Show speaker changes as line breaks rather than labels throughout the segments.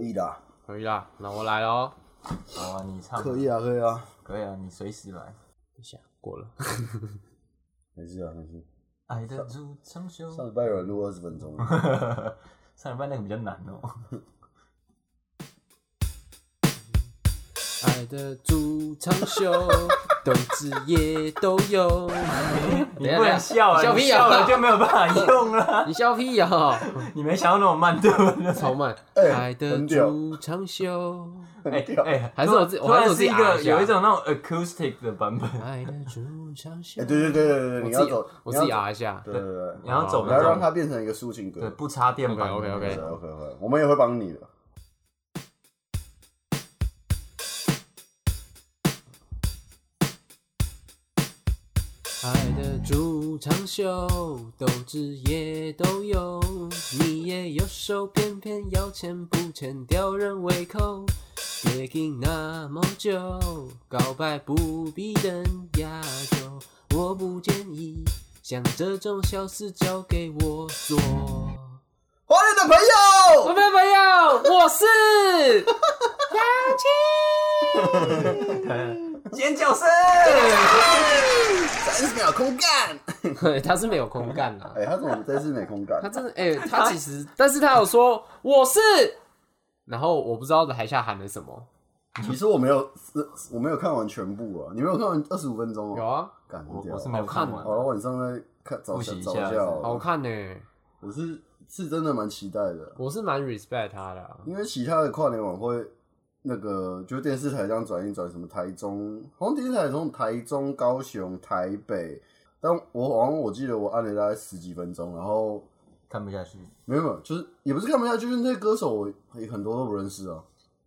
以的啊，
可以啦，那我来喽。
好啊，你唱吧
可以啊，可以啊，
可以啊，你随时来。
等一下，过了。
没事啊，没事。
爱的主长袖。
上礼拜有人录二十分钟，
哎上礼拜那个比较难 哦。
爱的主场秀， 冬至也都有。等
你
一下
不能笑啊，
笑
你
屁啊
笑了就没有办法用了。
你笑屁哦呀、
你没想到那么慢，对不对？
超慢。
哎
爱的
很屌
主场秀，
哎
很屌。哎，
哎，
还是我自
突
我还
然
是我
是
自己
一
按
个
一下哦
有一种那种 acoustic 的版本，
爱的主场秀。
哎对对对对对，
我
你
自
要
己
走，
我自
你
己
要走
啊一下。
对对对，
然后走
你
那
要让
种
它变成一个抒情歌。
对不插电版的
OK，OK，OK
那
对
种。
，OK OK，我们也会帮你的。
爱的主场秀，斗志也都有，你也有手，偏偏要钱不钱，吊人胃口。别停那么久，告白不必等呀久，我不建议，像这种小事交给我 做。
花莲的朋友，
各位朋友，我是
尖叫声！
三十秒空干。
他是没有空干啦、
哎，他怎么这次没空干
他？真的哎、他其实，但是他有说我是，然后我不知道台下喊了什么。
其实我没有，是我没有看完全部啊。你没有看完二十五分钟
有
哦？
啊，
干
我
很屌
我是没有看啊完
好了，晚上再看早
复
早
习一下
好
觉。
看呢、
我是是真的蛮期待的，
我是蛮 respect 他的啊、
因为其他的跨年晚会，那个就电视台这样转一转，什么台中，好像电视台从台中、高雄、台北，但我好像我记得我按了大概十几分钟，然后
看不下去，
没有没有，就是也不是看不下去，就是那些歌手我也很多都不认识啊，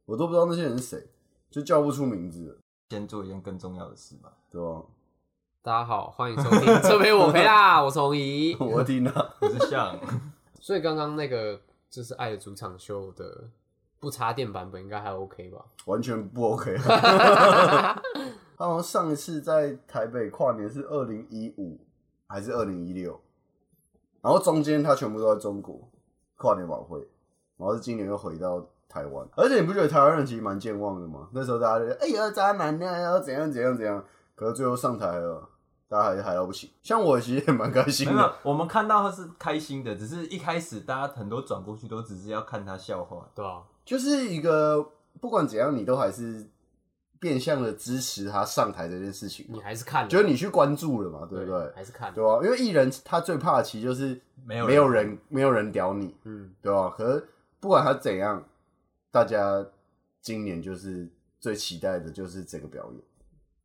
我都不知道那些人是谁，就叫不出名字了，
先做一件更重要的事吧。
对吧？
大家好，欢迎收听《这杯我陪啦》，我是红怡。
我听啊，
我是 像，
所以刚刚那个就是《爱的主场秀》的不插电版本，应该还 OK 吧？
完全不 OK 啊。他好像上一次在台北跨年是二零一五还是二零一六，然后中间他全部都在中国跨年晚会，然后是今年又回到台湾，而且你不觉得台湾人其实蛮健忘的吗？那时候大家就哎呀渣男呀，要怎样怎样怎样，可是最后上台了，大家还是嗨到不行。像我其实也蛮开心
没
的，
有，我们看到他是开心的，只是一开始大家很多转过去都只是要看他笑话。
对啊，
就是一个不管怎样你都还是变相的支持他上台这件事情嘛
你，还是看了，
就是你去关注了嘛，对不对
还是看了。
对啊，因为艺人他最怕的其实就是
没有人
没有人没有人屌你，
嗯，
对吧、可是不管他怎样，大家今年就是最期待的就是这个表演，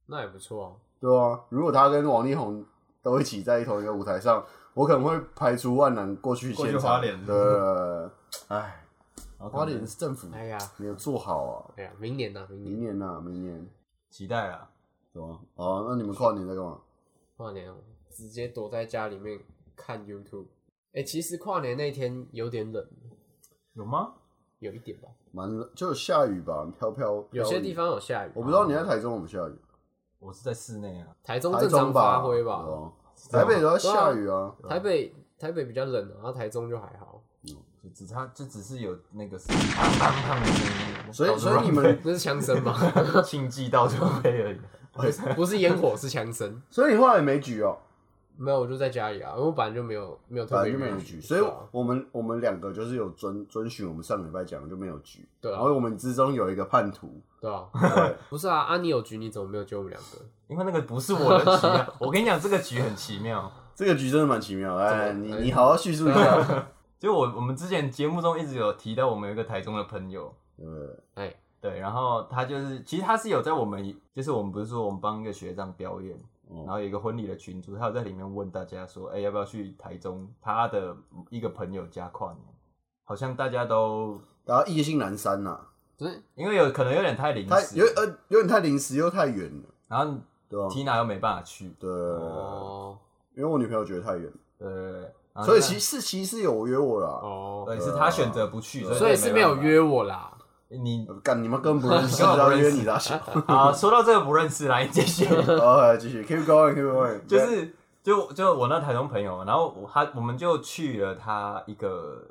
那也不错、啊。
对啊，如果他跟王力宏都一起在一同一个舞台上，我可能会排除万难过去
过
现
去
场。
花莲
对，哎，
然后可
花
能
莲是政府
哎呀，
没有做好啊，
哎呀，明年呐、明
明
年
年呐、明年，
期待啦，
对吧、啊？好啊，那你们跨年在干嘛？
跨年哦直接躲在家里面看 YouTube。哎、其实跨年那天有点冷，
有吗？
有一点吧，
蛮冷就有下雨吧，飘飘。
有些
飘雨
地，方有下雨。
我不知道你在台中有没有下雨。
我是在室内啊，
台中
台
哦正常
中吧，
发挥吧
对。啊台北都要下雨啊，
台北台北比较冷、啊，然后台中就还好。
就只差就只是有那个声音砰砰砰的声音，
所以
到处
所以你
乱
们，
那是枪声吧？
飞 庆忌到处飞而已。
不是烟火，是枪声。
所以你后来没举哦，
没有，我就在家里啊，因为我本来就没有没有特
本来
别
就没有
约
举，所以
对啊
我们我们两个就是有遵遵循我们上礼拜讲的就没有举，
对啊
然后我们之中有一个叛徒，
对啊，
对，
不是啊，啊你有局，你怎么没有揪我们两个？
因为那个不是我的 局啊，我跟你讲，这个局很奇妙。
这个局真的蛮奇妙，哎，
怎么
你
哎啊
你好好叙述一 下，
就我我们之前节目中一直有提到，我们有一个台中的朋友，
呃，
哎，
对，然后他就是其实他是有在我们，就是我们不是说我们帮一个学长表演，
哦
然后有一个婚礼的群组，他有在里面问大家说，哎、要不要去台中他的一个朋友家跨年？好像大家都
然后意兴阑珊呐，
对，
因为有可能有点太临
他
时
有，呃有点太临时又太远了，
然后
对吧？
缇娜又没办法去，
对，
哦啊
因为我女朋友觉得太远了，
对对对，然后
所以
那
其实其实有约我啦，
哦，
对是他选择不去，
呃
所以
就是
没
没
有
办法
约我啦。
你。
干你们根本不认 识，
根本不
要
认识
约你大小，
好，说到这个不认识，来你 继续。
好，继续，keep going，keep going，
就是就就我那台中朋友，然后我他我们就去了他一个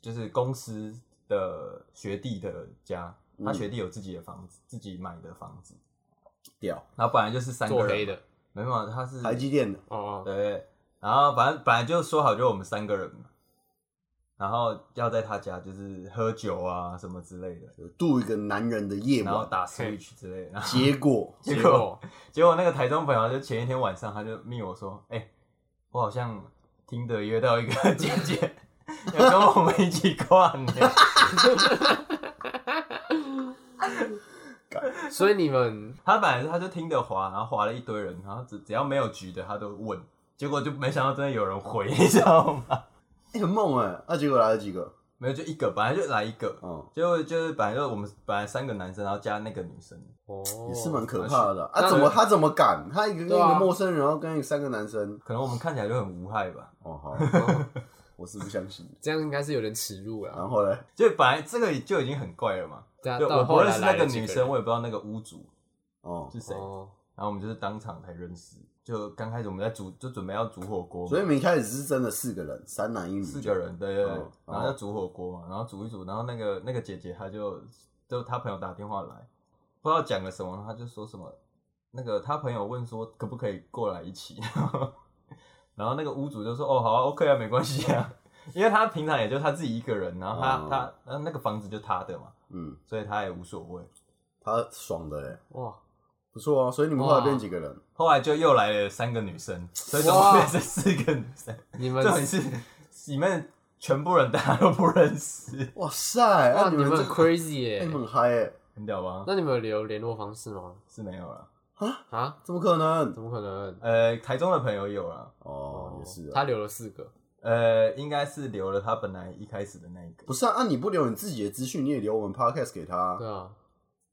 就是公司的学弟的家，他学弟有自己的房子，自己买的房子，
屌，
然后本来就是三
做
个
黑
人，
的
没有啊，他是
台积电的，
哦，
对，然后反正本来就说好就我们三个人嘛，然后要在他家就是喝酒啊什么之类的，
度一个男人的夜
然后
晚，
打 Switch 之类的，然后
结果
结
结
果
果 结果那个台中朋友就前一天晚上他就密我说，哎、我好像听得约到一个 姐姐要跟我们一起跨年，
所以你们
他本来是他就听得滑，然后滑了一堆人，然后只只要没有局的他都问，结果就没想到真的有人回，你知道吗？
欸很梦哎，那结果来了几个？
没有就一个，本来就来一个，
嗯，
结果就是本来就我们本来三个男生，然后加那个女生，
哦
也是蛮可怕的啊！
那
怎么他怎么敢？他一个跟一
对啊
个陌生人，然后跟三个男生，
可能我们看起来就很无害吧。
哦好，
哦
我是不相信。
这样应该是有点耻辱了。
然后嘞，
就本来这个就已经很怪了嘛，
对啊，
就
到
我
后
不认
来
识那
来
个
了几
女
个
生，
人
我也不知道那个屋主
哦，
是谁，
哦，
然后我们就是当场才认识。就刚开始我们在煮，就准备要煮火锅嘛，
所以你们一开始是真的四个人，三男一
嗯
女，
四个人，对对对，
哦
然后要煮火锅嘛，然后煮一煮，然后那个那个姐姐她就就她朋友打电话来，不知道讲了什么，她就说什么，那个她朋友问说可不可以过来一起， 然后那个屋主就说哦好啊，OK 啊，没关系啊， 因为她平常也就她自己一个人，然后她、
嗯
哦
她呃那那个房子就她的嘛，
嗯，
所以她也无所谓。
他爽的嘞，
哇，
不错哦。所以你们后来变几个人？
后来就又来了三个女生，所以总
哇
共变成四个女 生，
你们
重点是里面全部人大家都不认识，
哇塞，那
哇，你
们
们
这
很 crazy 耶、
欸 你们很嗨哎，
很屌吧？
那你们有留联络方式吗？
是没有了。
啊？
怎么可能？
怎么可能？
呃，台中的朋友有啦，
哦，也是啊，
他留了四个，
呃，应该是留了他本来一开始的那一个。
不是啊？啊，你不留你自己的资讯，你也留我们 podcast 给他啊，
对啊，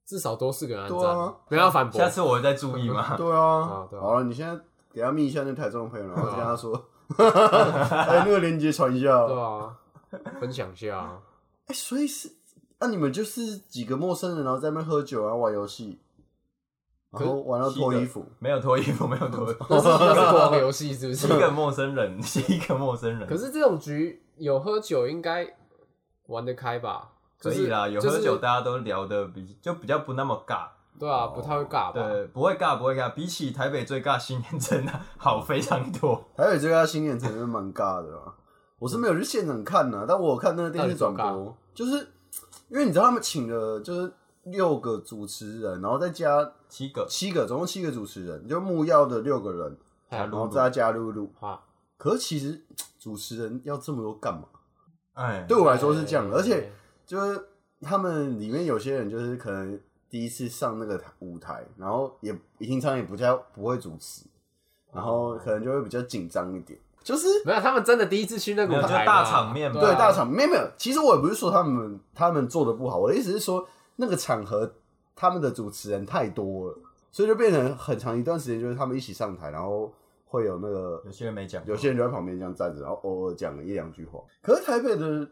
至少多四个人按
对
赞，
啊
不要反驳
下。次我会再注意嘛。
对啊
啊对。啊
好了，你现在给他密一下那台中的朋友，然后
对啊
跟他说， 哎，那个链接传一下哦。
对啊，分享一下 啊。
哎、所以是那、你们就是几个陌生人，然后在那边喝酒，然后玩游戏，然后玩到脱衣服，
没有脱衣服，没有脱衣服，
那是那是国王游戏是不
是
是
一？个陌生人， 是一个陌生人。
可是这种局有喝酒应该玩得开吧？就
可
是
以啦，有
就
喝
是
酒，大家都聊的比就比较不那么尬，呃
对啊，不太会尬吧？
哦对，不会尬，不会尬。比起台北最尬新年真的 好非常多。
台北这家新演城真的蛮尬 的啦。我是没有去现场看呢、但我有看那个电视转
到底多
播，就是因为你知道他们请了就是六个主持人，然后再加
七个，
七个，总共七个主持人，就木曜的六个人，
哎
加
然
入
后再加露露。
好，
可是其实主持人要这么多干嘛？
哎，
对我来说是这样，
哎
而且就是他们里面有些人就是可能第一次上那个台舞台，然后也平常也不太不会主持，然后
哦
可能就会比较紧张一点。就是
没有他们真的第一次去那个
没
舞
有就
台嘛，
大场面嘛
对
啊
大场没有没有，其实我也不是说他们他们做的不好，我的意思是说那个场合他们的主持人太多了，所以就变成很长一段时间就是他们一起上台，然后会有那个
有些人没讲，
有些人就在旁边这样站着，然后偶尔讲了一两句话。可是台北的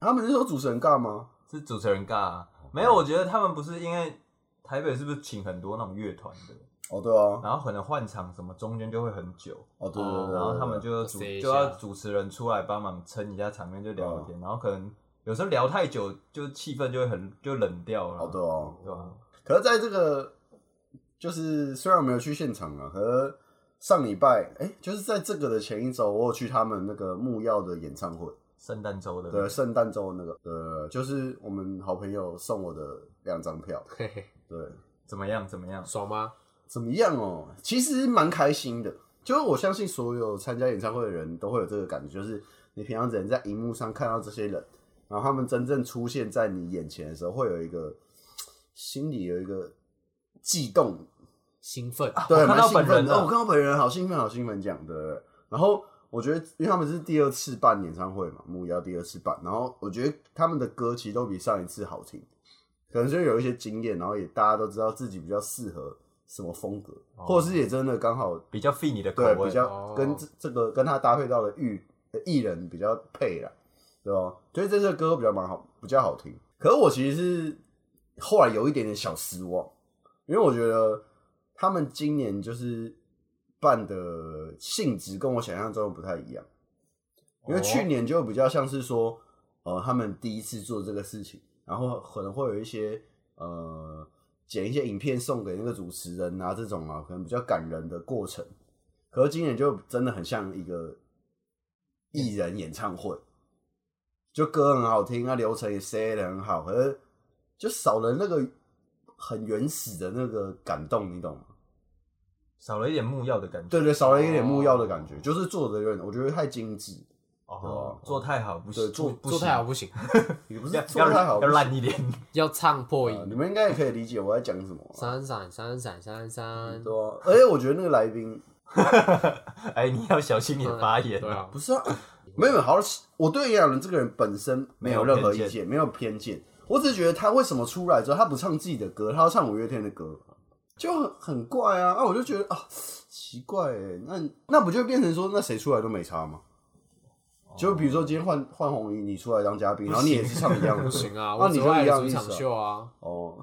他们是说主持人尬吗？
是主持人尬啊。没有，我觉得他们不是因为台北是不是请很多那种乐团的，
哦，对啊，
然后可能换场什么中间就会很久，
哦对对对
哦
对，
然后他们
对
就
就
主
塞一
就要
下
主持人出来帮忙撑一下场面，就
嗯
聊一天，然后可能有时候聊太久，就气氛就会很就冷掉了，
哦对哦，
对啊吧？
可是在这个就是虽然我没有去现场啊，可是上礼拜哎、就是在这个的前一周，我有去他们那个木曜的演唱会，
圣诞周的
对，啊圣诞周那个，呃，就是我们好朋友送我的两张票，
嘿嘿
对，
怎么样？怎么样？
爽吗？
怎么样哦？其实蛮开心的，就是我相信所有参加演唱会的人都会有这个感觉，就是你平常只能在荧幕上看到这些人，然后他们真正出现在你眼前的时候，会有一个心里有一个悸动，
兴奋，
对，
我看到
蛮兴
本人
奋的，
了
哦我看到本人，好兴奋，好兴奋，这样的。然后我觉得，因为他们是第二次办演唱会嘛，木曜第二次办，然后我觉得他们的歌其实都比上一次好听，可能就有一些经验，然后也大家都知道自己比较适合什么风格，或者是也真的刚好
比较 fit 你的口
哦对哦
味，
比较跟这这个跟他搭配到的艺艺人比较配啦，对吧？所以这首歌比较蛮好，比较好听。可是我其实是后来有一点点小失望，因为我觉得他们今年就是办的性质跟我想象中的不太一样，因为去年就比较像是说，呃他们第一次做这个事情，然后可能会有一些呃剪一些影片送给那个主持人啊这种啊，可能比较感人的过程。可是今年就真的很像一个艺人演唱会，就歌很好听啊，流程也塞的很好，可是就少了那个很原始的那个感动，你懂吗？
少了一点木曜的感觉。
对对，少了一点木曜的感觉，就是做的有点，我觉得太精致，
哦，做太好不
啊对
行，
做
不
做
行
太好不 行，
也不是
要
做
要
太好
要烂一点。
要唱破
呃
音。
你们应该也可以理解我在讲什么啊、
闪闪闪闪闪闪，
对啊，而且我觉得那个来宾
哎，你要小心你的发言
对啊，
不是啊， 没有没有好，我对炎亚纶这个人本身没有任何
没有偏
意
见
见，没有偏见，我只是觉得他为什么出来之后他不唱自己的歌，他要唱五月天的歌，就很很怪啊啊！我就觉得啊，奇怪欸，那那不就变成说那谁出来都没差吗？就比如说今天换换红衣，你出来当嘉宾，然后你也是唱一样的歌，
不行啊！
那
我
你
只
就
爱
一样
主
意思
场
啊。
秀啊，
哦，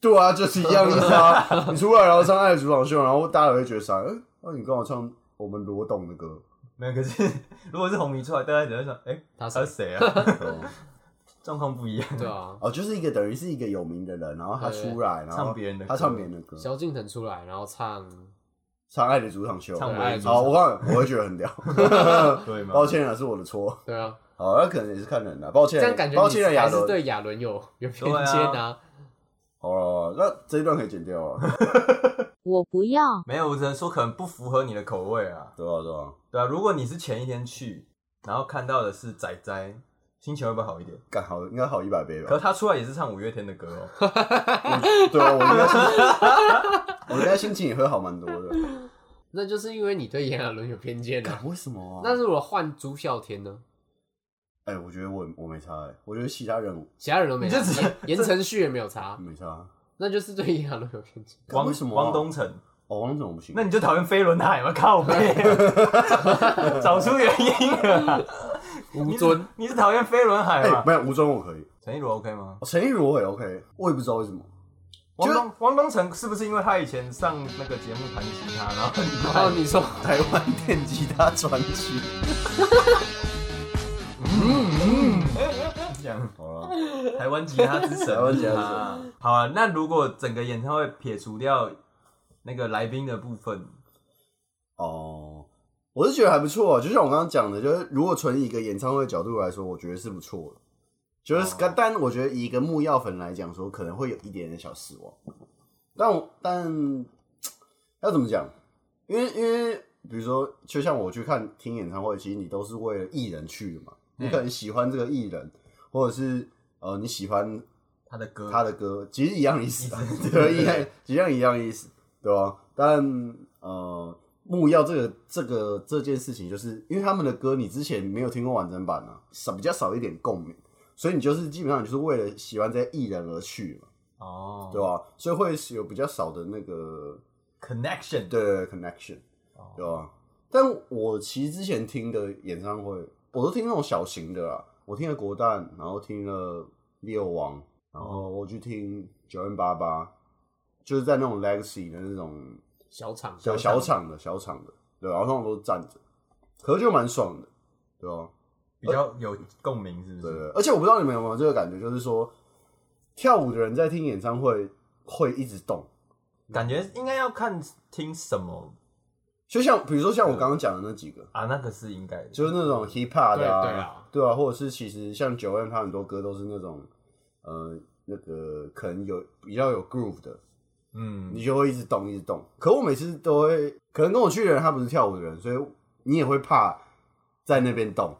对啊，就是一样意思 啊。你出来然后唱《爱的主场秀》，然后大家也会觉得啥？嗯、那你跟我唱我们罗董的歌，
没有，可是如果是红迷出来，大家只会想，哎、
他
他
是
是谁啊？
哦
状况不一样。
对啊，
哦，就是一个等于是一个有名的人，然后他出来，然后
唱别人的歌
他唱别人的歌，
萧敬腾出来，然后唱
唱《爱的主场秀》。
唱
对爱的主场
啊哎好，我告诉你，我会觉得很屌。
对吗？
抱歉啊，是我的错。
对啊，
好，那可能也是看人的，抱歉。
这样感觉
抱
你
歉啊，亚
还是
伦。
对亚伦有有偏
对啊
见啊。
哦，那这一段可以剪掉啊。
我不要，
没有，我只能说可能不符合你的口味啊。
对啊，对啊。
对啊，如果你是前一天去，然后看到的是仔仔，心情会不会好一点？
干好，应该好一百倍吧
可。是他出来也是唱五月天的歌 哦。
对啊，我应该心，我应该心情也会好蛮多的。
那就是因为你对炎亚纶有偏见啊。
干为什么啊？
那如果换朱孝天呢？
哎、我觉得我我没差哎、我觉得其他人
其他人都没
你
差
就只，
言言承旭也没有差，
没差。啊
那就是对炎亚纶有偏 见。
干
汪
为什么啊、
汪东城，
哦，汪东城我不行。
那你就讨厌飞轮海吗？靠背，找出原因了。
吴尊，
你是讨厌飞轮海
哎、
吗？
没有吴尊我可以，
陈亦儒 OK 吗？
哦陈亦儒我也 OK，我也不知道为什么。
汪东汪东城是不是因为他以前上那个节目弹吉他，然后
哦
然后你说
台湾电吉他专辑。
嗯这样？
好了，
台湾吉他之神，
台湾吉他之神
啊。好啊，那如果整个演唱会撇除掉那个来宾的部分，
哦，我是觉得还不错、啊，就像我刚刚讲的，就是如果纯以一个演唱会角度来说，我觉得是不错的。就是，
哦
但我觉得以一个木曜粉来讲说，可能会有一点点小失望。但我但要怎么讲？因为因为比如说，就像我去看听演唱会，其实你都是为了艺人去的嘛，你可能喜欢这个艺人，或者是呃你喜欢
他的歌，
他的歌，其 实一样意思啊，对，一样，一样一样意思，对吧、但呃，木曜这个这个这件事情，就是因为他们的歌你之前没有听过完整版啊，少比较少一点共鸣，所以你就是基本上你就是为了喜欢这些艺人而去嘛，
哦，
对啊吧、所以会有比较少的那个
Connection，
对 connection，
哦
对吧、但我其实之前听的演唱会，我都听那种小型的啦，我听了国蛋，然后听了六王，然后我去听九 N 八八，就是在那种 legacy 的那种
小厂
小小场的小场的，对，然后那种都站着，可是就蛮爽的，对吧、
比较有共鸣，是不
对
是？
对，而且我不知道你们有没有这个感觉，就是说跳舞的人在听演唱会会一直动，
感觉应该要看听什么
就像比如说像我刚刚讲的那几个，
啊，那个是应该的，
就是那种 hip hop 的啊，
对对啊
啊或者是其实像九 N 他很多歌都是那种，呃，那个可能有比较有 groove 的，
嗯，
你就会一直动一直动。可我每次都会，可能跟我去的人他不是跳舞的人，所以你也会怕在那边动，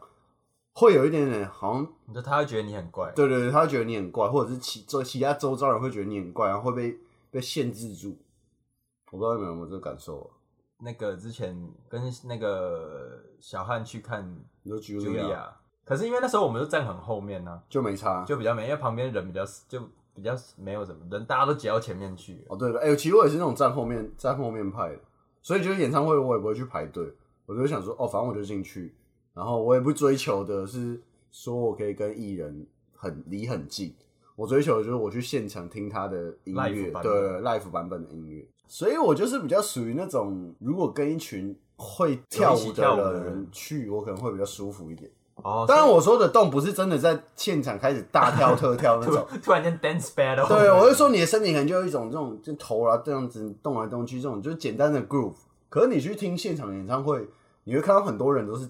会有一点点好像，
你就他会觉得你很怪，
对对对，他会觉得你很怪，或者是其周其他周遭人会觉得你很怪，然后会被被限制住。我不知道你们有没有这个感受、啊？
那个之前跟那个小汉去看
你说 Julia
Julia，可是因为那时候我们就站很后面呢、啊
就没差，
就比较没，因为旁边人比较就比较没有什么人，大家都挤到前面去了。
哦，对了，哎、其实我也是那种站后面站后面派的，所以就是演唱会我也不会去排队，我就想说，哦，反正我就进去，然后我也不追求的是说我可以跟艺人很离很近，我追求的就是我去现场听他的音
Live
乐，
版本
对 live 版本的音乐，所以我就是比较属于那种，如果跟一群会跳舞
有一起跳舞
的
的
人
人
去，我可能会比较舒服一点。
哦，
当然我说的动不是真的在现场开始大跳特跳那
所以
种，
突突然间 dance battle，
对，我是说你的身体可能就有一种这种就头啊这样子动来动去这种就是简单的 groove，可是你去听现场演唱会，你会看到很多人都是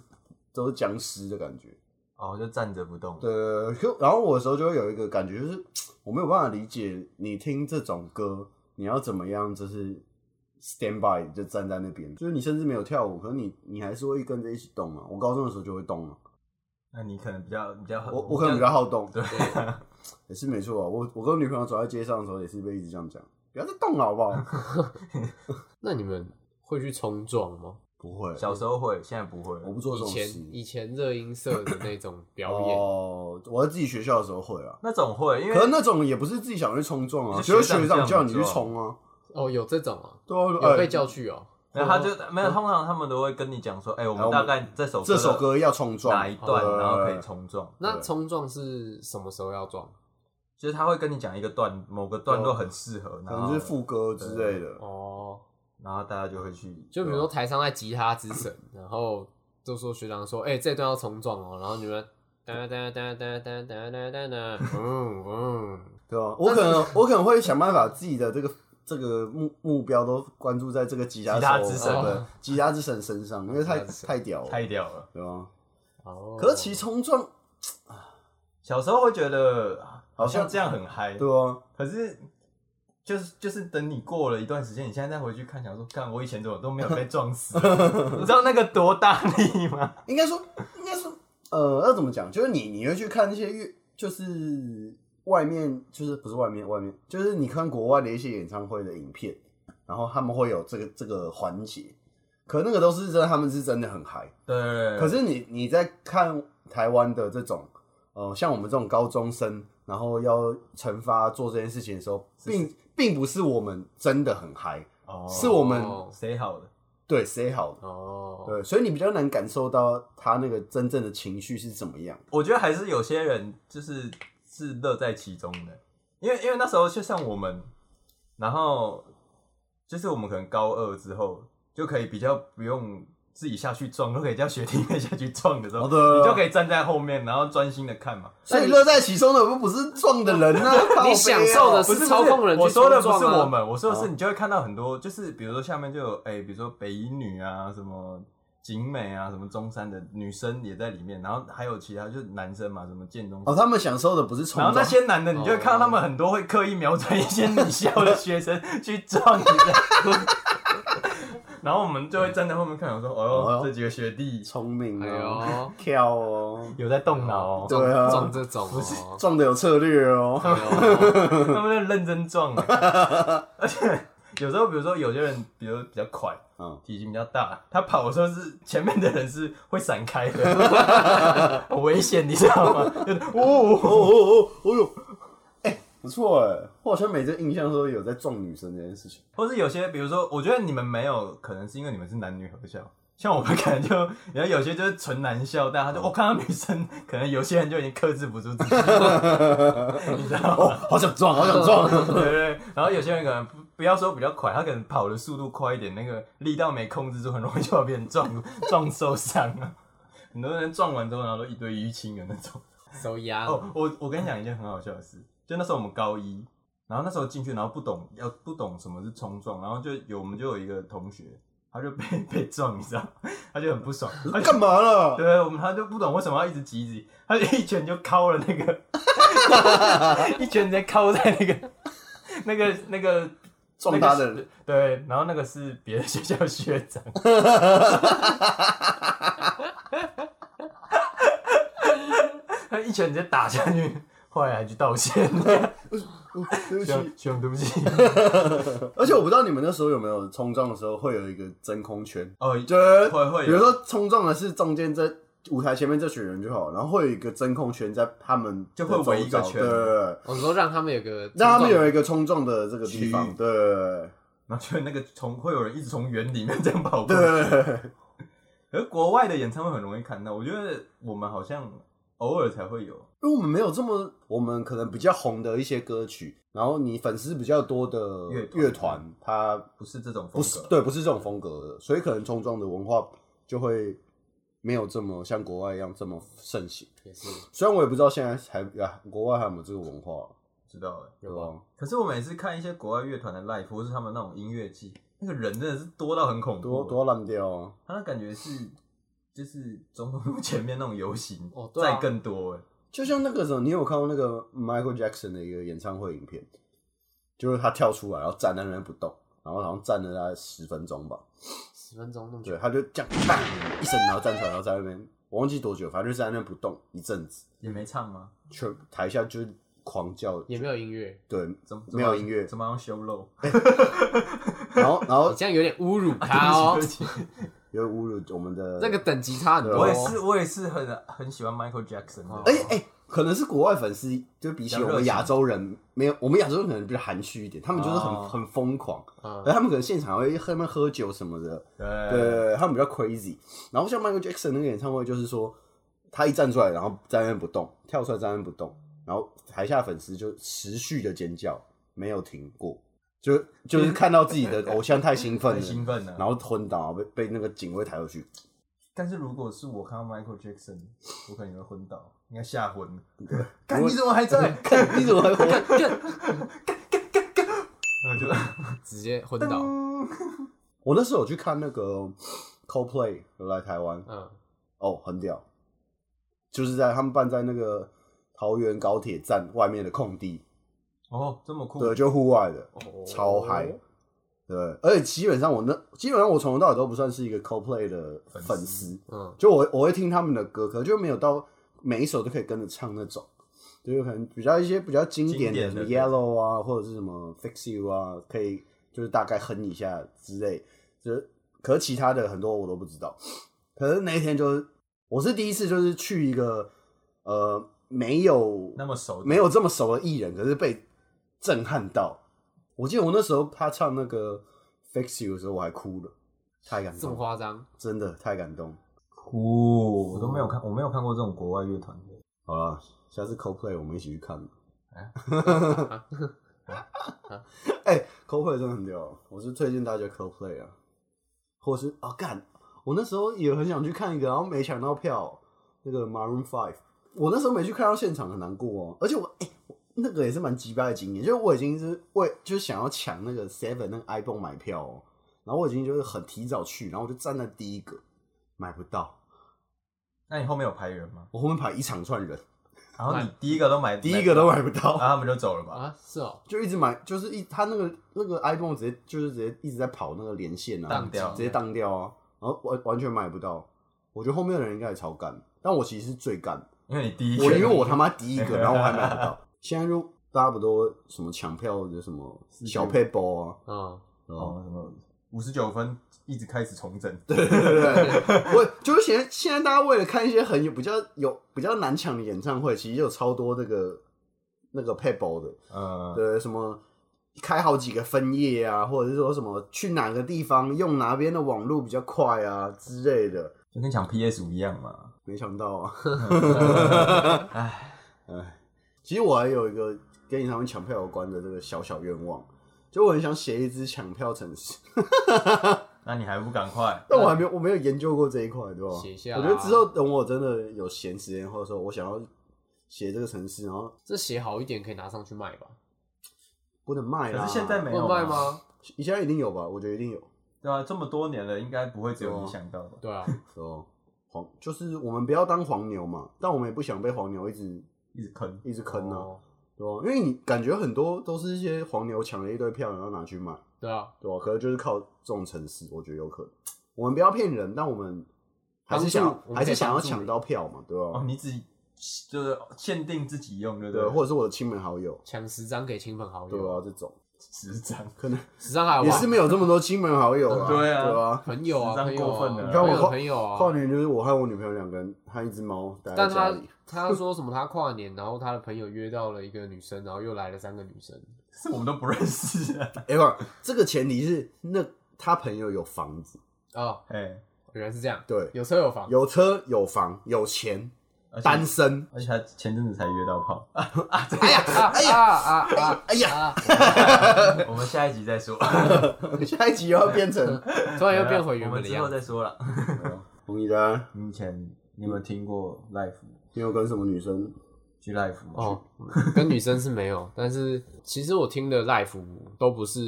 都是僵尸的感觉。
哦，就站着不动，
对，可然后我的时候就会有一个感觉，就是我没有办法理解你听这种歌，你要怎么样，就是 stand by 就站在那边，就是你甚至没有跳舞，可是你你还是会跟着一起动啊。我高中的时候就会动啊，
那你可能比较比较，
我我可能比较好动，
啊对，
也是没错啊。我我跟我女朋友走在街上的时候也是被一直这样讲，不要再动了好不好？
那你们会去冲撞吗？
不会，
小时候会，现在不会了。
我不做这
以
种
前
事。
以前热音社的那 种表演，
哦，我在自己学校的时候会啊，
那种会，因为
可是那种也不是自己想去冲撞啊，
是
只有
学
学
长
长叫
叫你
你去
撞
冲啊，
哦，有这种啊，
对啊，
有
哎
被叫去哦。
然后他就没有，通常他们都会跟你讲说，哎、我
哎
们
我
大
们
概这首
这首
的
歌要冲撞
哪一段，
对
然后可以冲撞。
那冲撞是什么时候要撞？
就是他会跟你讲一个段，某个段落很适合，
可
然
能
后
是副歌之类的。
哦，
然后大家就会去，
就比如说台上在吉他之神，然后就说学长说，哎、这段要重撞哦，然后你们哒哒哒哒哒哒哒哒哒，嗯嗯，
对吧？我可能我可能会想办法自己的这个这个目目标都关注在这个吉他
吉他
手哦
之神
对吉他之神身上，因为太
吉他之神
太屌了，
太屌了。
对吧？
哦，
可是其实冲撞，
小时候会觉得啊好
好
像
像
这样很嗨，
对啊吧？
可是就是就是等你过了一段时间，你现在再回去看，想说，看我以前怎么都没有被 撞死，你知道那个多大力吗？
应该说应该说，呃，要怎么讲？就是你你会去看那些乐，就是外面就是不是外面外面，就是你看国外的一些演唱会的影片，然后他们会有这个这个环节，可那个都是真的，他们是真的很嗨。
对对对
可是你你在看台湾的这种，呃，像我们这种高中生，然后要惩罚做这件事情的时候，并并不是我们真的很嗨，
哦
是我们
谁好的？
对谁好的，
哦，
对，所以你比较难感受到他那个真正的情绪是怎么样。
我觉得还是有些人就是是乐在其中的，因为因为那时候就像我们，然后就是我们可能高二之后就可以比较不用自己下去撞，都可以叫学弟妹下去撞的时候，
哦对对对
你就可以站在后面，然后专心的看嘛。
所以乐在其中的不是撞的人啊，靠背啊
你享受的
不是
操控人
不
去
是我说的不
冲
是
撞啊
我们，我说的是你就会看到很多，就是比如说下面就有哎、比如说北一女啊，什么景美啊，什么中山的女生也在里面，然后还有其他就是男生嘛，什么建中
哦，他们享受的不是冲
然后那
撞，
些男的，你就会看到他们很多会刻意瞄准一些女校的学生 去撞你的。 然后我们就会站在后面看，我说：“
哎
哦
呦，
这几个学弟
聪明
哎
哦，
呦，
跳哦，
有在动脑哦，
对啊
撞撞这种哦，
撞的有策略哦。
哎呦
他们在认真撞。”欸而且有时候，比如说有些人，比如比较快，
嗯，
体型比较大，他跑的时候是前面的人是会闪开的，很危险，你知道吗？就是
哦
哦，
哦哦，哦呦，哎、不错哎、我好像没这印象说有在撞女生这件事情。
或是有些，比如说，我觉得你们没有，可能是因为你们是男女合校。像我们可能就，然后有些就是纯男校，但他就我、看到女生，可能有些人就已经克制不住自己，你知道吗？
哦好想撞，好想 撞。
对对对。然后有些人可能不不要说比较快，他可能跑的速度快一点，那个力道没控制住，很容易就要被人撞撞受伤啊。很多人撞完之后，然后都一堆淤青的那种。
手压
哦，我我跟你讲一件很好笑的事，就那时候我们高一，然后那时候进去，然后不懂要不懂什么是冲撞，然后就有我们就有一个同学，他就被 被撞，你知道，他就很不爽，他就
干嘛啦？
对我们他就不懂为什么要一直挤一挤，他就一拳就敲了那个，一拳直接敲在那个那个那个
撞他的人，
对，然后那个是别的学校学长， 他一拳直接打下去，后来还去道歉，
对不
学长
起。
学长对不起。
而且我不知道你们那时候有没有冲撞的时候会有一个真空圈，
哦，
就
就是会会有
比如说冲撞的是中间这舞台前面这群人就好，然后会有一个真空圈在他们
就会围一个
的周遭
圈
对对对对
我说让他们有个
让他们有
一
一个冲撞的这个地
区
方，
域
对对
然后就那个从会有人一直从园里面这样跑过
对
去。
对对 对，
而国外的演唱会很容易看到，我觉得我们好像偶尔才会有。
因为我们没有这么，我们可能比较红的一些歌曲，然后你粉丝比较多的
乐团
乐团，它
不是这种风
不是
格，
对，不是这种风格的，所以可能冲撞的文化就会没有这么像国外一样这么盛行。
也是
虽然我也不知道现在还啊，国外还有没有这个文化，
知道了。
对吧？
可是我每次看一些国外乐团的 live，或是他们那种音乐季，那个人真的是多到很恐怖，
嗯
欸
多多烂掉啊！
他那感觉是就是总统府前面那种游行，
哦对啊
再更多哎，
就像那个时候，你有看过那个 Michael Jackson 的一个演唱会影片，就是他跳出来，然后站在那边不动，然后好像站了大概十分钟吧。
十分钟那么久
对，，他就这样砰一声，然后站出来，然后在那边，我忘记多久，反正就在那边不动一阵子，
也没唱吗？
全台下就是狂叫，
也没有音乐，
对，
怎么怎么
没有音乐，
怎么样 修漏？
然后然后
你这样有点侮辱他哦
对，不起 对不起
有侮辱我们的
这个等级差很多。
我也是，我也是很很喜欢 Michael Jackson
哦
的。
哎哎、可能是国外粉丝，就比起我们亚洲人，没有我们亚洲人可能比较含蓄一点，他们就是很、
哦
很疯狂，
嗯
而他们可能现场会他们喝酒什么的，
对
对对对，他们比较 crazy。然后像 Michael Jackson 那个演唱会，就是说他一站出来，然后在那边不动，跳出来在那边不动，然后台下粉丝就持续的尖叫，没有停过，就就是看到自己 的偶像太兴奋
很兴
了，
奋呢。
然后昏倒，被被那个警卫抬回去。
但是如果是我看到 Michael Jackson，我可能会昏倒，应该吓昏。
干
看你怎么还在？
看你怎么还活？
我就
直接昏倒。
我那时候有去看那个 Coldplay 有来台湾，
嗯，
哦，很屌，就是在他们办在那个桃园高铁站外面的空地，
哦，这么酷。
对，就户外的，
哦
超嗨。对，而且基本上我那基本上我从头到尾都不算是一个 Coldplay 的粉
粉
丝
丝，
嗯，
就我我会听他们的歌，可能就没有到每一首都可以跟着唱那种，就是可能比较一些比较经典的
经典
什
的
么 Yellow 啊，或者是什么 Fix You 啊，可以就是大概哼一下之类，就是可是其他的很多我都不知道。可是那一天就是我是第一次就是去一个呃没有
那么熟的
没有这么熟的艺人，可是被震撼到。我记得我那时候他唱那个 Fix You 的时候，我还哭了，太感
这么
动，
夸张，
真的太感动。
酷，我都没有看，我没有看过这种国外乐团的。
好了，下次 CoPlay 我们一起去看。 哎、c o p l a y 真的很屌，我是推荐大家 CoPlay 啊，或是啊干、我那时候也很想去看一个，然后没抢到票，那个 Maroon Five，我那时候没去看到现场很难过哦，而且我哎、我那个也是蛮鸡巴的经验，就是我已经是为就是想要抢那个 Seven 那个 iPhone 买票哦，然后我已经就是很提早去，然后我就站在第一个，买不到，
那你后面有排人吗？
我后面排一长串人，
然后你第一个都买，
第一个都买不到，
然后他们就走了吧？
啊，是哦，
就一直买，就是一他那个那个 iPhone 直接就是直接一直在跑那个连线啊
当，
掉
直接当掉啊，然后完完全买不到。我觉得后面的人应该也超干，但我其实是最干，
因为你第一个，
我因为我他妈第一 个，然后我还买不到。现在就大家不都什么抢票的什么
是
小配包啊，
嗯，
对吧
哦什么五十九分一直开始重整，
对不对？ 我就是现在现在大家为了看一些很有比较有比较难抢的演唱会，其实有超多那个那个配包的，
呃，
的什么开好几个分页啊，或者是说什么去哪个地方用哪边的网络比较快啊之类的。
就跟讲 PS 五一样嘛。
没想到啊，
唉，
其实我还有一个跟演唱会抢票有关的这个小小愿望，就我很想写一支抢票程 式，
那你还不赶快？
但我还没有我没有研究过这一块，对吧？
写一下啊
我觉得之后等我真的有闲时间，或者说我想要写这个程式，然后
这鞋好一点可以拿上去卖吧？
不能卖
可
啦。
是现在没有
会啊卖？吗？
你现在一定有吧？我觉得一定有。
对啊，这么多年了，应该不会只有你想到吧？
对啊，
哦，黄就是我们不要当黄牛嘛，但我们也不想被黄牛一直
一直坑，
一直坑啊。
哦
对吧、因为你感觉很多都是一些黄牛抢了一堆票，然后拿去卖，
对啊，
对吧、哦可能就是靠这种城市，我觉得有可能。我们不要骗人，但我们还是
帮
想
助我们可以
还是想要
帮助
抢到票嘛，对吧、
哦，你只就是限定自己用，对不
对，或者是我的亲朋好友，
抢十张给亲朋好
对吧、
友，啊
这种
十 张，
可能
十张还有
也
吧
是没有这么多亲朋好友啦，
对啊
对吧、
朋友嗯啊，
十张
朋友
过分
啊
了
你看
朋
我
友
跨
朋友啊，
跨年就是我和我女朋友两个人，和一只猫待在
但
家
他
里，
他说什么？他跨年，然后他的朋友约到了一个女生，然后又来了三个女生。
是我们都不认识啊。
哎、不，这个前提是那他朋友有房子，
哦，
哎，
原来是这样，
对
有车有房，
有车有房有钱，
而且
单身，
而且他前阵子才约 到炮。
哎呀，哎呀，啊啊
哎呀，
啊！
我们下一集再 说，
下一集又要变成。
啊突然又变回原本的
我们之后
样子。
再说了。
我洪一丹，
你以前你有没有听过 Life
啊你有跟什么女生？
G Life 吗？
哦，跟女生是没有，但是其实我听的 live 都不是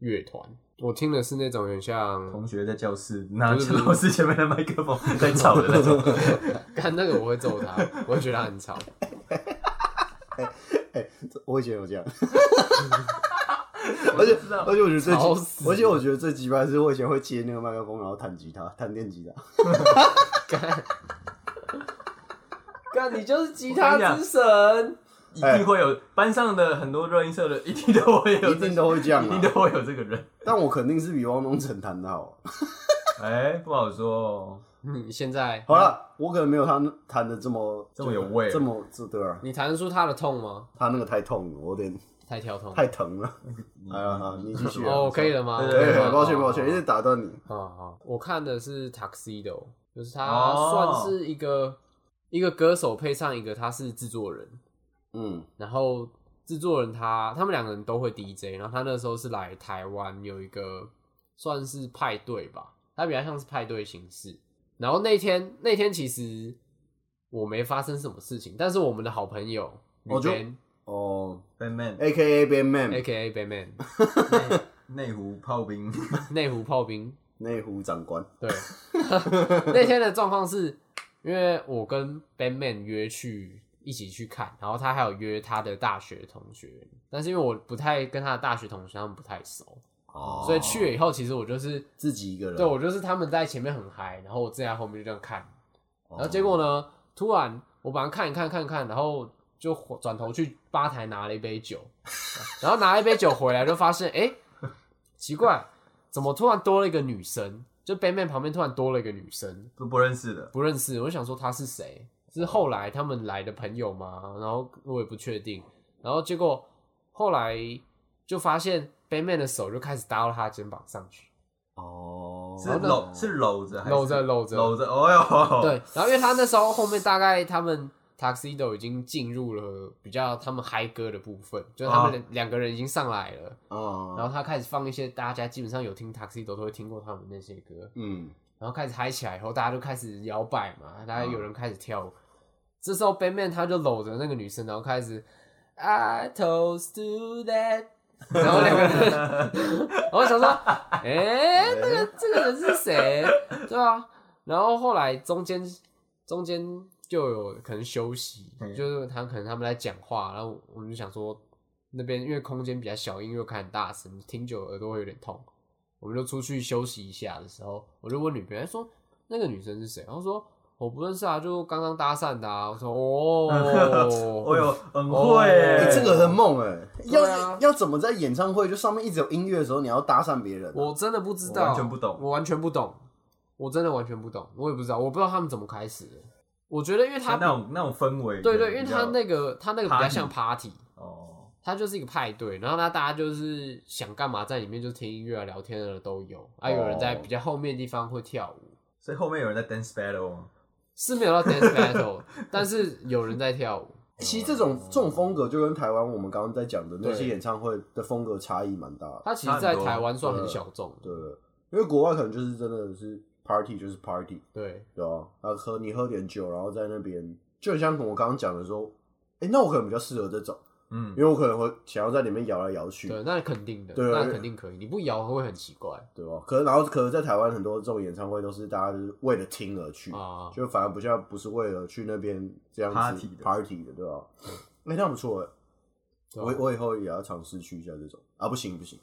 乐团，我听的是那种有点像，
同学在教室拿
不是不是
老师前面的麦 克风在吵的那种，
看那个我会揍他，我会觉得他很吵。
哎、这我以前 有这样，而且
知道
而且我觉得最
吵死
而且我觉得最鸡巴的是我以前会接那个麦克风，然后弹吉他，弹电吉他。
干，干，你就是吉
我跟你
他
讲
之神。
一定会有班上的很多热音社的，一定都会 有，
一定都会这样啊
一定都会有这个人。
但我肯定是比汪东城弹的好。啊
哎，不好说哦。
你现在
好了，我可能没有他弹的这么
这么有味
这么这对啊，
你弹得出他的痛吗？
他那个太痛了，我有点
太跳
哦
痛。
太疼 了。哎呀，好你继续啊。
哦，可以了吗？
对
对
对
对
对哦
对，抱歉抱歉，一
因
直
为
打断你。
啊啊，我看的是 Tuxedo，就是他
哦
算是一个一个歌手配上一个他是制作人，
嗯，
然后制作人他他们两个人都会 DJ，然后他那时候是来台湾有一个算是派对吧，他比较像是派对形式。然后那天那天其实我没发生什么事情，但是我们的好朋友
我就嗯
Ben
哦
Batman
，A K A
A
Bandman
K A Batman
内湖炮兵，
内湖炮兵，
内湖长官，
对， 那天的状况是因为我跟 Batman 约去一起去看，然后他还有约他的大学同学，但是因为我不太跟他的大学同学他们不太熟，
哦啊
所以去了以后，其实我就是
自己一个人。
对我就是他们在前面很嗨，然后我自己在后面就这样看，
哦，
然后结果呢，突然我把它看一看看一看，然后就转头去吧台拿了一 杯酒，然后拿了一杯酒回来就发现，哎、奇怪，怎么突然多了一个女生？就 Batman 旁边突然多了一个女生，
都不认识的。
不认识，我就想说她是谁？是后来他们来的朋友吗？然后我也不确定，然后结果后来就发现 Batman 的手就开始搭到他的肩膀上去，
哦，
是搂是搂着还是
搂着搂着
搂着？哦哟，
对，，然后因为他那时候后面大概他们 Tuxedo 已经进入了比较他们嗨歌的部分，就是他们两两个人已经上来了，
哦，
然后他开始放一些大家基本上有听 Tuxedo 都会听过他们那些歌，
嗯，
然后开始嗨起来以后，大家就开始摇摆嘛，大家有人开始跳舞。这时候 Batman 他就搂着那个女生，然后开始 I toast to that，然 后两个人，我想说，哎、那个这个人是谁？对啊，然后后来中间中间就有可能休息，
嗯
就是他可能他们在讲话，然后我们就想说那边因为空间比较小，音乐开很大声，听久了耳朵会有点痛。我们就出去休息一下的时候，我就问女朋友哎说：“那个女生是谁？”然后说：“我不认识啊，就刚刚搭讪的啊。”我说：“ 哦，
哦哟，很会欸耶
哎，
哦
这个很猛哎、要、
对啊
要怎么在演唱会就上面一直有音乐的时候，你要搭讪别人、啊
我真的不知道，
我完全不懂
我完全不懂，我真的完全不懂，我也不知道，我不知道他们怎么开始的。我觉得，因为他
那种那种氛围，
对对，因为他
比较
那个他那个比较
party
像 party，
哦，
它就是一个派对，然后呢，大家就是想干嘛在里面就听音乐啊、聊天的都有，啊，有人在
哦
比较后面的地方会跳舞，
所以后面有人在 dance battle 吗？
是没有到 dance battle，但是有人在跳舞，
其实这种这种风格就跟台湾我们刚刚在讲的那些
对
演唱会的风格差异蛮大的，
它其实，在台湾算很小众，
对不啊对？因为国外可能就是真的是 party 就是 party，
对，
对吧、啊？喝你喝点酒，然后在那边，就很像我刚刚讲的说，哎、那我可能比较适合这种，
嗯
因，为我可能会想要在里面摇来摇去，
对，那肯定
嗯
的，
对啊
那肯定可以，你不摇会很奇怪
对吧？可能然后可能在台湾很多这种演唱会都是大家就是为了听而去，
啊。
嗯就反而不像不是为了去那边这样子
Party 的
party 的，对吧、哎、那不错哎、
对啊
我我以后也要尝试去一下这种啊，不行不行，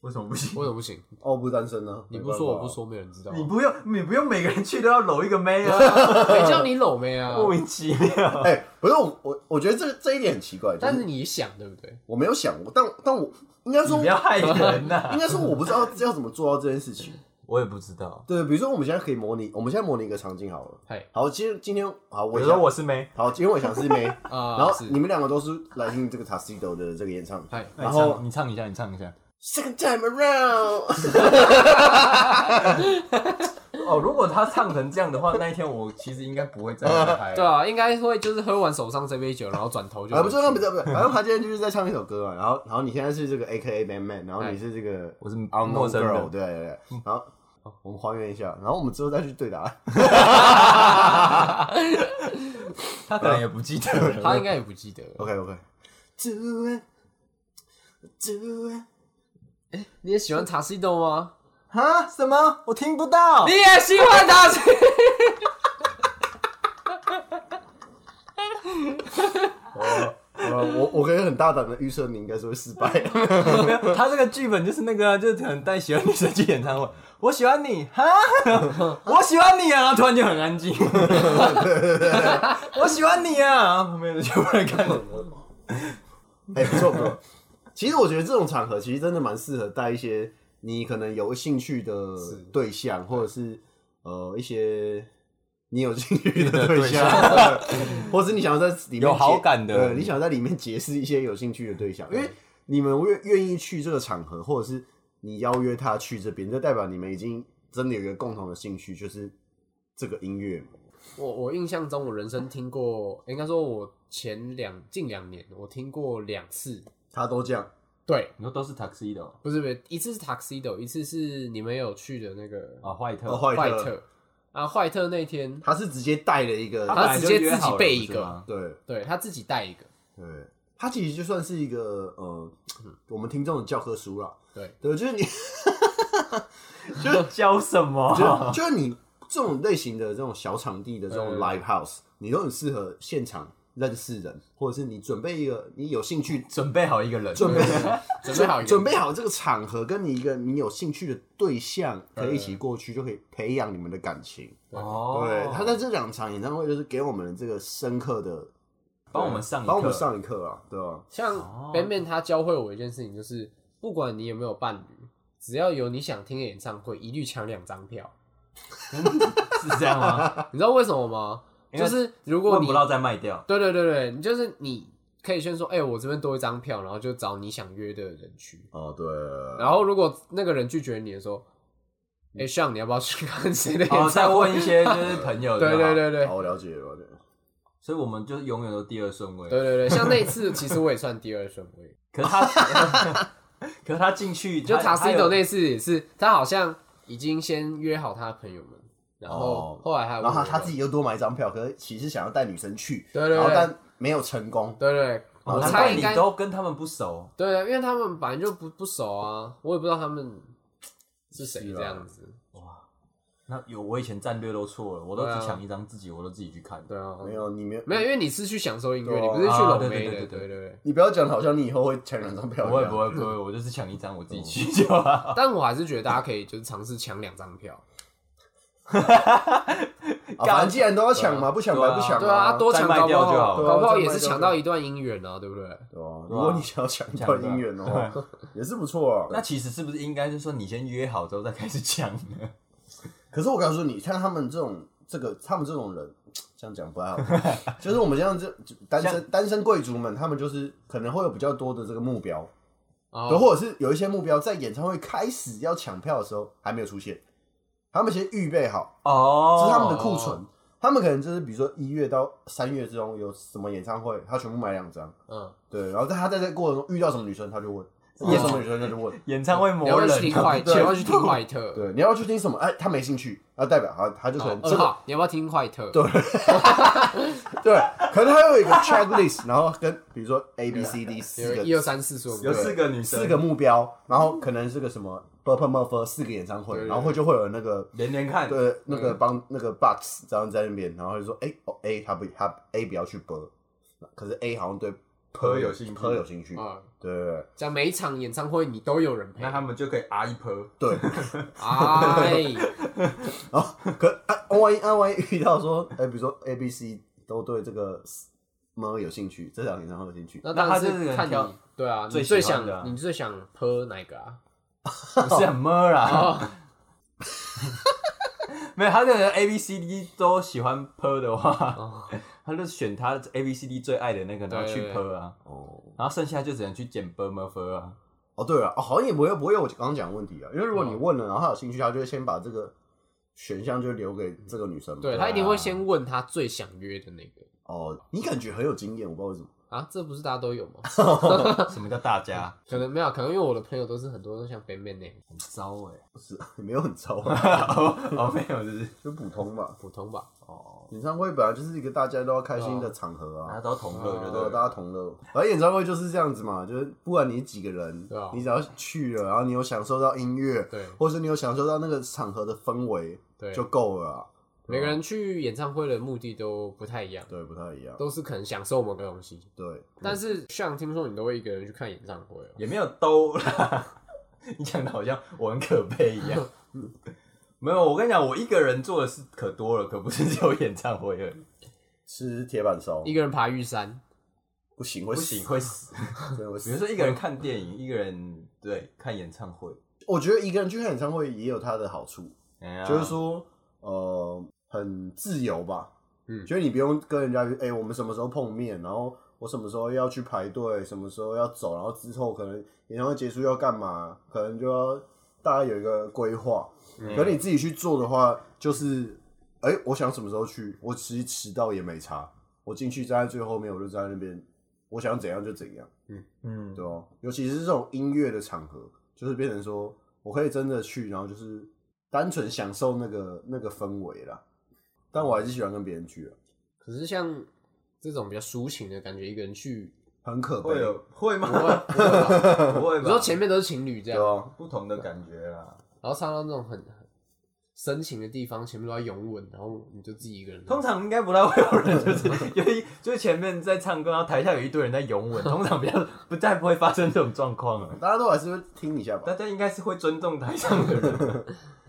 为什么不行
为？什么不行？
哦不单身呢、啊，
你
没
不
办法
说
啊
我不，说，没有人知道啊。
你不用，你不用每个人去都要搂一个妹啊，
谁叫你搂妹啊？
莫名其妙。
哎、不是我我我觉得这这一点很奇怪，
但
就是
你想对不对？
我没有想过，但但我应该
你
说
不要害人呐、
应该说我不知道要怎么做到这件事 情。
我也不知道。
对，比如说我们现在可以模拟，我们现在模拟一个场景好了。
嘿
好，今天今天好，
我
我
说
想
我是妹，
好，今天我想是 妹，
啊，
然后
是
你们两个都是来听这个 Tuxedo 的这个演唱。
嗨，
然后
你哎唱一下，你唱一下。
Second time around，
哦，如果他唱成这样的话，那一天我其实应该不会再嗨。
对啊，应该会就是喝完手上这杯酒，然后转头就
啊，不是，那不是不是，反正他今天就是在唱一首歌嘛。然后然后你现在是这个 A K A Man Man，然后
哎
你是这个
我是
Unknown
哎陌生
Girl，
人，嗯
对对对。然后我们还原一下，然后我们之后再去对答案。
他可能也不记得了。
他应 该也不记得了。
OK OK，
Do it, do it。哎，你也喜欢塔西豆吗？
啊？什么？我听不到
你。也喜欢塔西？
呃，我我可以很大胆的预测，你应该是会失败。
没有他这个剧本就是那个啊，就是可能带喜欢女生去演唱会，我喜欢你 哈，我喜欢你啊，然后突然就很安静。 我喜欢你啊，然后旁边的就过来看你。
哎、不错不错。其实我觉得这种场合其实真的蛮适合带一些你可能有兴趣的对象，或者是呃一些你有兴趣的对象，或者是你想要在里面
有好
结
感的
对，你想要在里面结识一些有兴趣的对象，因为你们愿愿意去这个场合，或者是你邀约他去这边，就代表你们已经真的有一个共同的兴趣，就是这个音乐嘛。
我我印象中，我人生听过，应该说我前两近两年我听过两次。
他都这样，
对，
你说都是哦 tuxedo
不是不是，一次是 Tuxedo，一次是你们有去的那个
啊，坏特
哦坏特
坏特啊，坏特那天
他是直接带了一个，
他
本来就
直接
约
自己
好了
备
不
一
是
个
吗
对。
对他自己带一个，
对，它其实就算是一个呃，我们听众的教科书啦。
对，
对，就是你，
教什么
就就是你这种类型的这种小场地的这种
嗯
live house，你都很适合现场认识人，或者是你准备一个你有兴趣。
准备好一个人，
准备
准备好一个
准备好这个场合，跟你一个你有兴趣的对象可以一起过去，就可以培养你们的感情。
哦，
对，他在这两场演唱会就是给我们这个深刻的
帮我们上一课，
帮我们上一课啊，对吧、
像
哦
Ben Ben 他教会我一件事情，就是不管你有没有伴侣，只要有你想听的演唱会，一律抢两张票。
是这样 吗？
你知道为什么吗？
因为
就是如果
问
你
不到再卖掉，
对对对对，你就是你可以先说，哎、我这边多一张票，然后就找你想约的人去。
哦，对。
然后如果那个人拒绝你的时候，哎、像你要不要去看谁的
哦，
演
再
唱会？
问一些就是朋友，
对对，对对
哦好，我了解了，了解了。
所以我们就是永远都第二顺位。
对对对，像那一次其实我也算第二顺位，
可是他，可是他进去，
就
他
塔
他
西
有
斗那次也是，他好像已经先约好他的朋友们，然后
哦
后来还有
然后他
问我
他自己又多买一张票，可是其实想要带女生去，
对对对
然后但没有成功。
对对对，
哦
我
难
猜
怪
应
你
该
都跟他们不熟，
对，因为他们本来就不不熟啊，我也不知道他们是谁
啊
这样子。
那有我以前战略都错了，我都
对啊
只抢一张自己，我都自己去看。
对啊，
没有，你没有
没有，因为你是去享受音乐，
对啊
你不是去
啊
拢
对
妹的，
对对
对对
对
对。
你不要讲得好像你以后会抢两张票一
不
样。
会不
嗯
会不会，我就是抢一张，我
哦
自己去就好。
但我还是觉得大家可以就是尝试抢两 张票，
啊，反正既然都要抢嘛，不抢白不抢。
对啊，多
再
抢
卖
搞不
掉就
好，
好
了
搞不好
对啊
也
再卖
是
掉
抢
就好
到一段姻缘啊，对不对？
对啊，如果你想要抢到姻缘的话
抢，到
哦也是不错
哦
啊。
那其实是不是应该就是说你先约好之后再开始抢 呢？
可是我告诉你，像他们这种这个他们这种人，这样讲不太 好，就是我们像这单身单身贵族们，他们就是可能会有比较多的这个目标，
啊
然后或者是有一些目标在演唱会开始要抢票的时候还没有出现，他们先预备好。
哦
这是他们的库存。他们可能就是比如说一月到三月之中有什么演唱会，他全部买两张，
嗯，
对，然后在他在这过程中遇到什么女生，他就问，
哦
遇到什么女生他就问，
演唱会
你
魔
要
人
不要去听
啊，
快，你要不要去听快特？
对，你要去听什么？哎，他没兴趣，那代表他他就可
好，
能
二
这个
号，你要不要听快特？
对
哦
对，可能他有一个 checklist，然后跟比如说 A B C D 四
有
个
一二三四说不
有
对
四个女生，
四个目标，然后可能是个什么 b u r p l e m u r p h 四个演唱会，
对
然后会就会有那个
连连看，嗯
对，那个帮那个 box 这样在那边，然后就说，哎、哦 A 他不他 A 不要去 b，可是 A 好像对
Per 有兴趣
p 有兴趣，
啊，
对对
讲每一场演唱会你都有人陪
那，他们就可以啊一波。
对，对
哎，
然后可啊万一啊万一遇到说，哎、比如说 A B C 都对这个 m 有兴趣，这两天他有兴趣，
那当然
那他就是是
看
挑
你，对啊，你
最
最
喜欢的啊
想你最想喝哪个啊？
不是很啊么啦，
哦，
没有，他这个 A B C D 都喜欢 per 的话， 他就选他 A B C D 最爱的那个，然后
对
去
对对
per 啊，
哦
然后剩下就只能去捡 b u r m e r 啊。
哦对了，哦好像也不会不会有我刚刚讲的问题啊，因为如果
嗯
你问了，然后他有兴趣，他就会先把这个选项就留给这个女生嘛，
对他一定会先问他最想约的那个。
哦，你感觉很有经验，我不知道为什么，
啊，这不是大家都有吗？
什么叫大家？
可能没有，啊可能因为我的朋友都是很多都像 Ben Ben 那样
很糟哎、
不是 没有很糟啊，
哦 哦，没有，就是
就普通吧。
普通吧。
哦，
演唱会本来就是一个大家都要开心的场合
大家
啊，
都同乐，就
对
对
大家同乐。而演唱会就是这样子嘛，就是不管你几个人
对啊，
你只要去了，然后你有享受到音乐，
对
或是你有享受到那个场合的氛围，
对，
就够了啊。
每个人去演唱会的目的都不太一样，
对，不太一样。
都是可能享受某个东西。
对，
但是像听说你都会一个人去看演唱会、哦，
也没有兜啦。 你讲的好像我很可悲一样。 没有，我跟你讲，我一个人做的事可多了，可不是只有演唱会而已。
吃铁板烧
一个人爬玉山，
不行，
不
会死
行，，会死。
真的会
比
死。
如说一个人看电影，一个人对看演唱会，
我觉得一个人去看演唱会也有它的好处，
哎呀
就是说，呃，很自由吧。
嗯
就是你不用跟人家约，哎、我们什么时候碰面，然后我什么时候要去排队，什么时候要走，然后之后可能演唱会结束要干嘛，可能就要大家有一个规划。
嗯
可你自己去做的话，就是，哎、我想什么时候去，我其实迟到也没差，我进去站在最后面，我就站在那边，我想怎样就怎样。
嗯，
对哦，尤其是这种音乐的场合，就是变成说，我可以真的去，然后就是单纯享受那个那个氛围啦。但我还是喜欢跟别人去啊，
可是像这种比较抒情的感觉，一个人 去，
很可悲
会。有会吗？
不会 不会吧啊
不会吧？
你说前面都是情侣这
对
样，
哦，
不同的感觉啊啦。
然后唱到那种很很深情的地方，前面都在拥吻，然后你就自己一个人，
通常应该不太会有人， 就是因为就是前面在唱歌，然后台下有一堆人在拥 吻，通常比较不太不会发生这种状况啊了。
大家都还是会听一下吧
大。家应该是会尊重台上的人，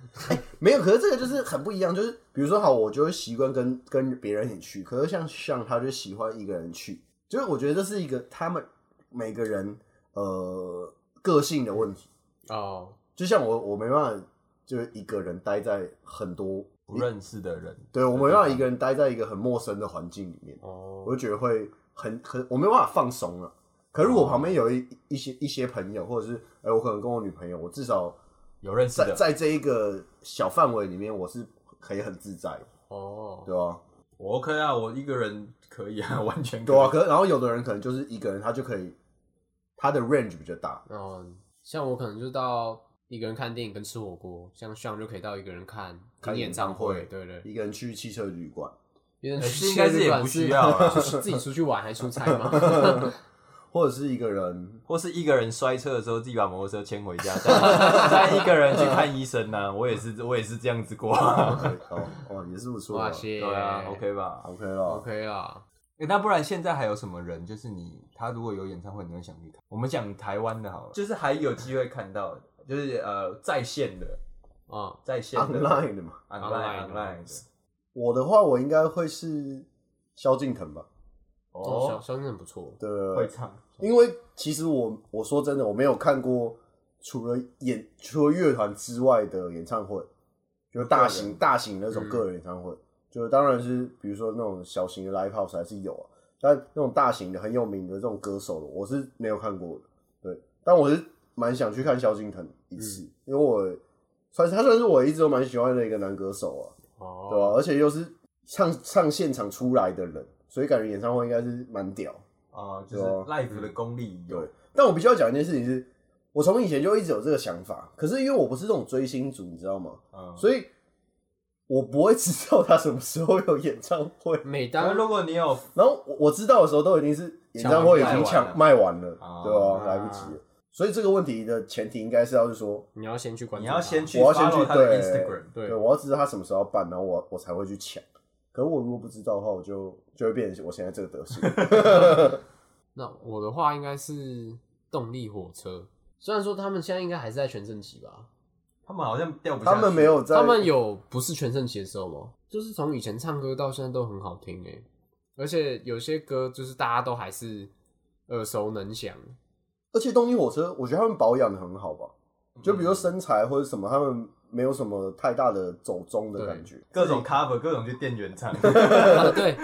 没有，可是这个就是很不一样，就是比如说好，我就会习惯跟跟别人一起去，可是像像他就喜欢一个人去，就是我觉得这是一个他们每个人呃个性的问题。
哦，
就像我，我没办法，就是一个人待在很多
不认识的人，
对我没办法一个人待在一个很陌生的环境里面，
哦
我就觉得会很很我没办法放松了。可如果旁边有一一些一些朋友，或者是哎、我可能跟我女朋友，我至少
有认识
在
的，
在这一个小范围里面，我是可以很自在的，
哦，
对吧、
我 OK 啊，我一个人可以啊， 完全可以。
对啊，可然后有的人可能就是一个人，他就可以他的 range 比较大，
然后像我可能就到一个人看电影跟吃火锅，像像就可以到一个人看
看
听演唱
演
会，哎
唱
对对，
一个人去汽车旅馆，
因为
呃应该是也不需要啊
出去 自己出去玩还出差 吗？
或者是一个人
或是一个人摔车的时候，自己把摩托车牵回家，再 再一个人去看医生呢、我也是，我也是这样子 过、啊。
哦哦也是不错
哇
的
塞，
对啊，OK 吧、
，OK 了，
OK 啊，
欸那不然现在还有什么人？就是你，他如果有演唱会，你会想去看？我们讲台湾的好了，就是还有机会看到的，就是呃在线的，
嗯，
在线的
online 的嘛，
online
Online
online 的。
我的话我应该会是萧敬腾吧，
哦，小
哦，
肖真的不错，
对对对
会唱，
因为其实我我说真的，我没有看过除了演除了乐团之外的演唱会，就是大
哦个
型
人嗯
大型那种个人演唱会，就是当然是比如说那种小型的 live house 还是有啊，但那种大型的很有名的这种歌手的，我是没有看过的。对，但我是蛮想去看萧敬腾一
嗯
次，因为我算是他算是我一直都蛮喜欢的一个男歌手啊，对吧、
哦，
而且又是唱唱现场出来的人，所以感觉演唱会应该是蛮屌。
啊，就
对
是
啊
live 的功力有
对，但我必须要讲一件事情是，我从以前就一直有这个想法，可是因为我不是这种追星族，你知道吗？
嗯，所
所以我不会知道他什么时候有演唱会。
每当
以如果你有
然后我我知道的时候，都已经是演唱会已经抢卖完了，
哦
对吧、来不及了。所以这个问题的前提应该是要是说，
你要先去关
你
注
要
他，
先去
我要先
follow
去
他的
对
Instagram，
对
对，我要知道他什么时候要办，然后我我才会去抢。可我如果不知道的话，我就就会变成我现在这个德 行。
那我的话应该是动力火车，虽然说他们现在应该还是在全盛期吧，
他们好像掉不下
他
去，
们没有在，
他们有不是全盛期的时候吗？就是从以前唱歌到现在都很好听哎、而且有些歌就是大家都还是耳熟能详。
而且动力火车，我觉得他们保养的很好吧。就
嗯
比如说身材或者什么，他们没有什么太大的走中的感觉。
各种 cover，各种去店员 唱，
啊对，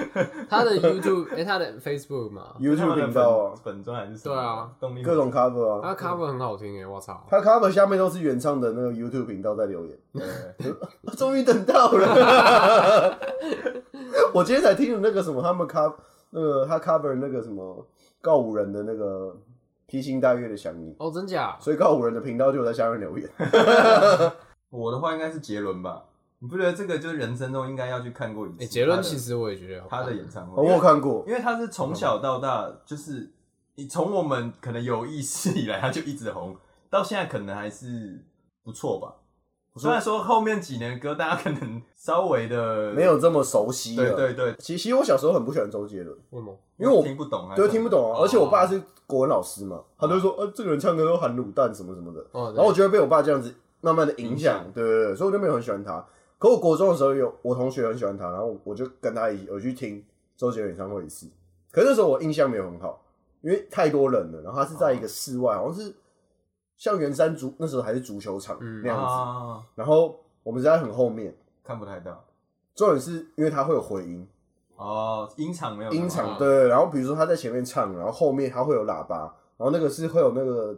他的 YouTube 哎、他的 Facebook 嘛，
他
YouTube
们的
频道
粉
啊，
粉专还是什么
对啊，
动力
各种 cover
他
啊，
的 cover 很好听哎、我操！
他 cover 下面都是原唱的那个 YouTube 频道在留言，
对
终于等到了。我今天才听了那个什么，他们 cover 那个他 cover 那个什么告五人的那个披星戴月的想你，
哦，真假？
所以告五人的频道就有在下面留言。
我的话应该是杰伦吧？你不觉得这个就是人生中应该要去看过一次他
哎，
的？
杰伦其实我也觉得好
他
看
的演唱
哦我
会，
有看过，
因为他是从小到大，就是你从我们可能有意识以来，他就一直红，到现在可能还是不错吧。虽然说后面几年的歌大家可能稍微的
没，有这么熟悉
对
了。
对对，
其其实我小时候很不喜欢周杰伦，
为什么？
因为我
听不懂啊，
对听不懂啊，
哦
而且我爸是国文老师嘛，他就说呃这个人唱歌都含卤蛋什么什么的，
哦，
然
对
后我觉得被我爸这样子慢慢的影
影
响
响，
对对对，所以我就没有很喜欢他。可我国中的时候有我同学很喜欢他，然后我就跟他一起有去听周杰伦演唱会一次，可是那时候我印象没有很好，因为太多人了，然后他是在一个室
啊
外，好像是像圆山足那时候还是足球场
嗯
那样子，
啊，
然后我们是在很后面，
看不太到
重点是因为他会有回音，
哦，音场没有
音
啊
场对，对然后比如说他在前面唱，然后后面他会有喇叭，然后那个是会有那个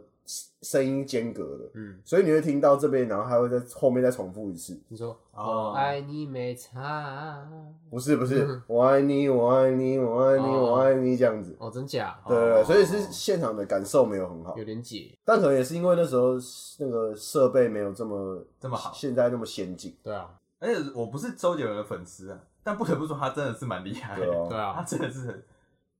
声音间隔的，
嗯，
所以你会听到这边，然后他会在后面再重复一次。
你说
哦
我爱你没差，
不是不是，
嗯
我爱你，我爱你，我爱你，
哦
我爱你这样子。
哦，真假？
对对对，
哦
所以是现场的感受没有很好
有，点解，
但可能也是因为那时候那个设备没有这么
这么好
现在那么先进。
对啊，
而且我不是周杰伦的粉丝啊，但不得不说他真的是蛮厉害
对
的，
哦
对
他
啊，
真的是很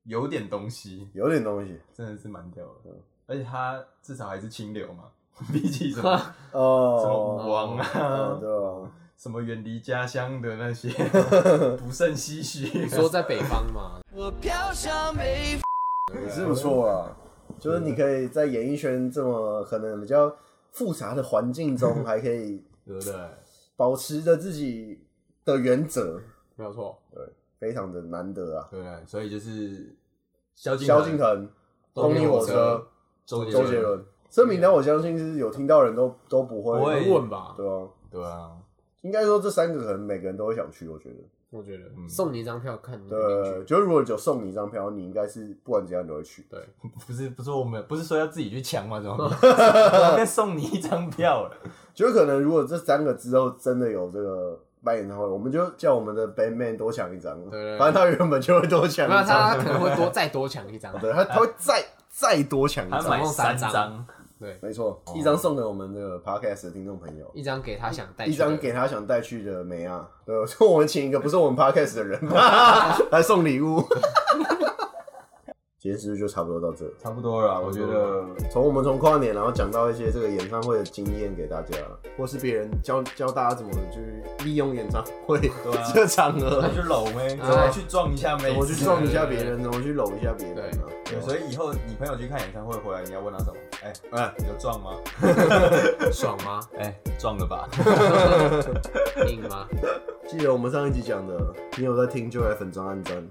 有点东西，
有点东西
真的是蛮屌的
嗯。
而且他至少还是清流嘛， 比起 什么什么
哦，
舞王
哦
啊，
对哦，
什么远离家乡的 那些，不胜唏嘘
你。 说在北方嘛，
也是不错啊。就是你可以在演艺圈这么可能比较复杂的环境中，还可以
对不对？
保持着自己的原则，
没有错，
非常的难得啊。
对不对，所以就是萧敬
萧敬腾、
动
动
力
力火
火
车
车、
周
周杰伦，这名单我相信是有听到人都都不会
不会
很稳吧？
对啊，
对啊，
应该说这三个可能每个人都会想去，我觉得。
我觉得
嗯
送你一张票看你肯定
对，
去，
就是如果有送你一张票，你应该是不管怎样你都会去。
对，
不是不是我们不是说要自己去抢吗？怎么 办我再送你一张票了？
就是可能如果这三个之后真的有这个办演唱会，我们就叫我们的 Bandman 多抢一张。
对对对
反正他原本就会多抢
没有
一
他
张。
可能会 多再多抢一张，
对他他会再再多抢一
他
张。
总
买三
共三
张
张，对，
没错，一张送给我们这个 Podcast 的听众朋友。
一张给他想带去
一
的，
张给他想带去的梅啊，对，所以我们请一个不是我们 podcast 的 人来送礼物。今天是不是就差不多到这？
差不多了啊，我觉得
从我们从跨年，然后讲到一些这个演唱会的经验给大家，或是别人教教大家怎么去利用演唱会
啊
这场合
那，就搂呗，
啊
怎么去撞一下妹
怎
子？
么去撞一下别人，怎么去搂一下别人啊。
对，所以以后你朋友去看演唱会回来，你要问他什么？哎、
哎，
有撞吗？
爽吗？
哎、撞了吧。
硬吗？
记得我们上一集讲的，你有在听就来粉砖按赞。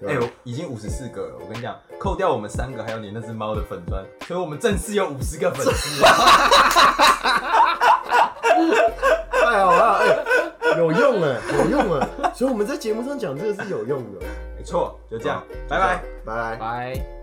对，
哎、我已经五十四个了，我跟你讲，扣掉我们三个，还有你那只猫的粉砖，所以我们正式有五十个粉丝。
太好了，哎，有用哎，有用哎，所以我们在节目上讲这个是有用的。
没错，就这样，拜拜。
拜拜。
拜。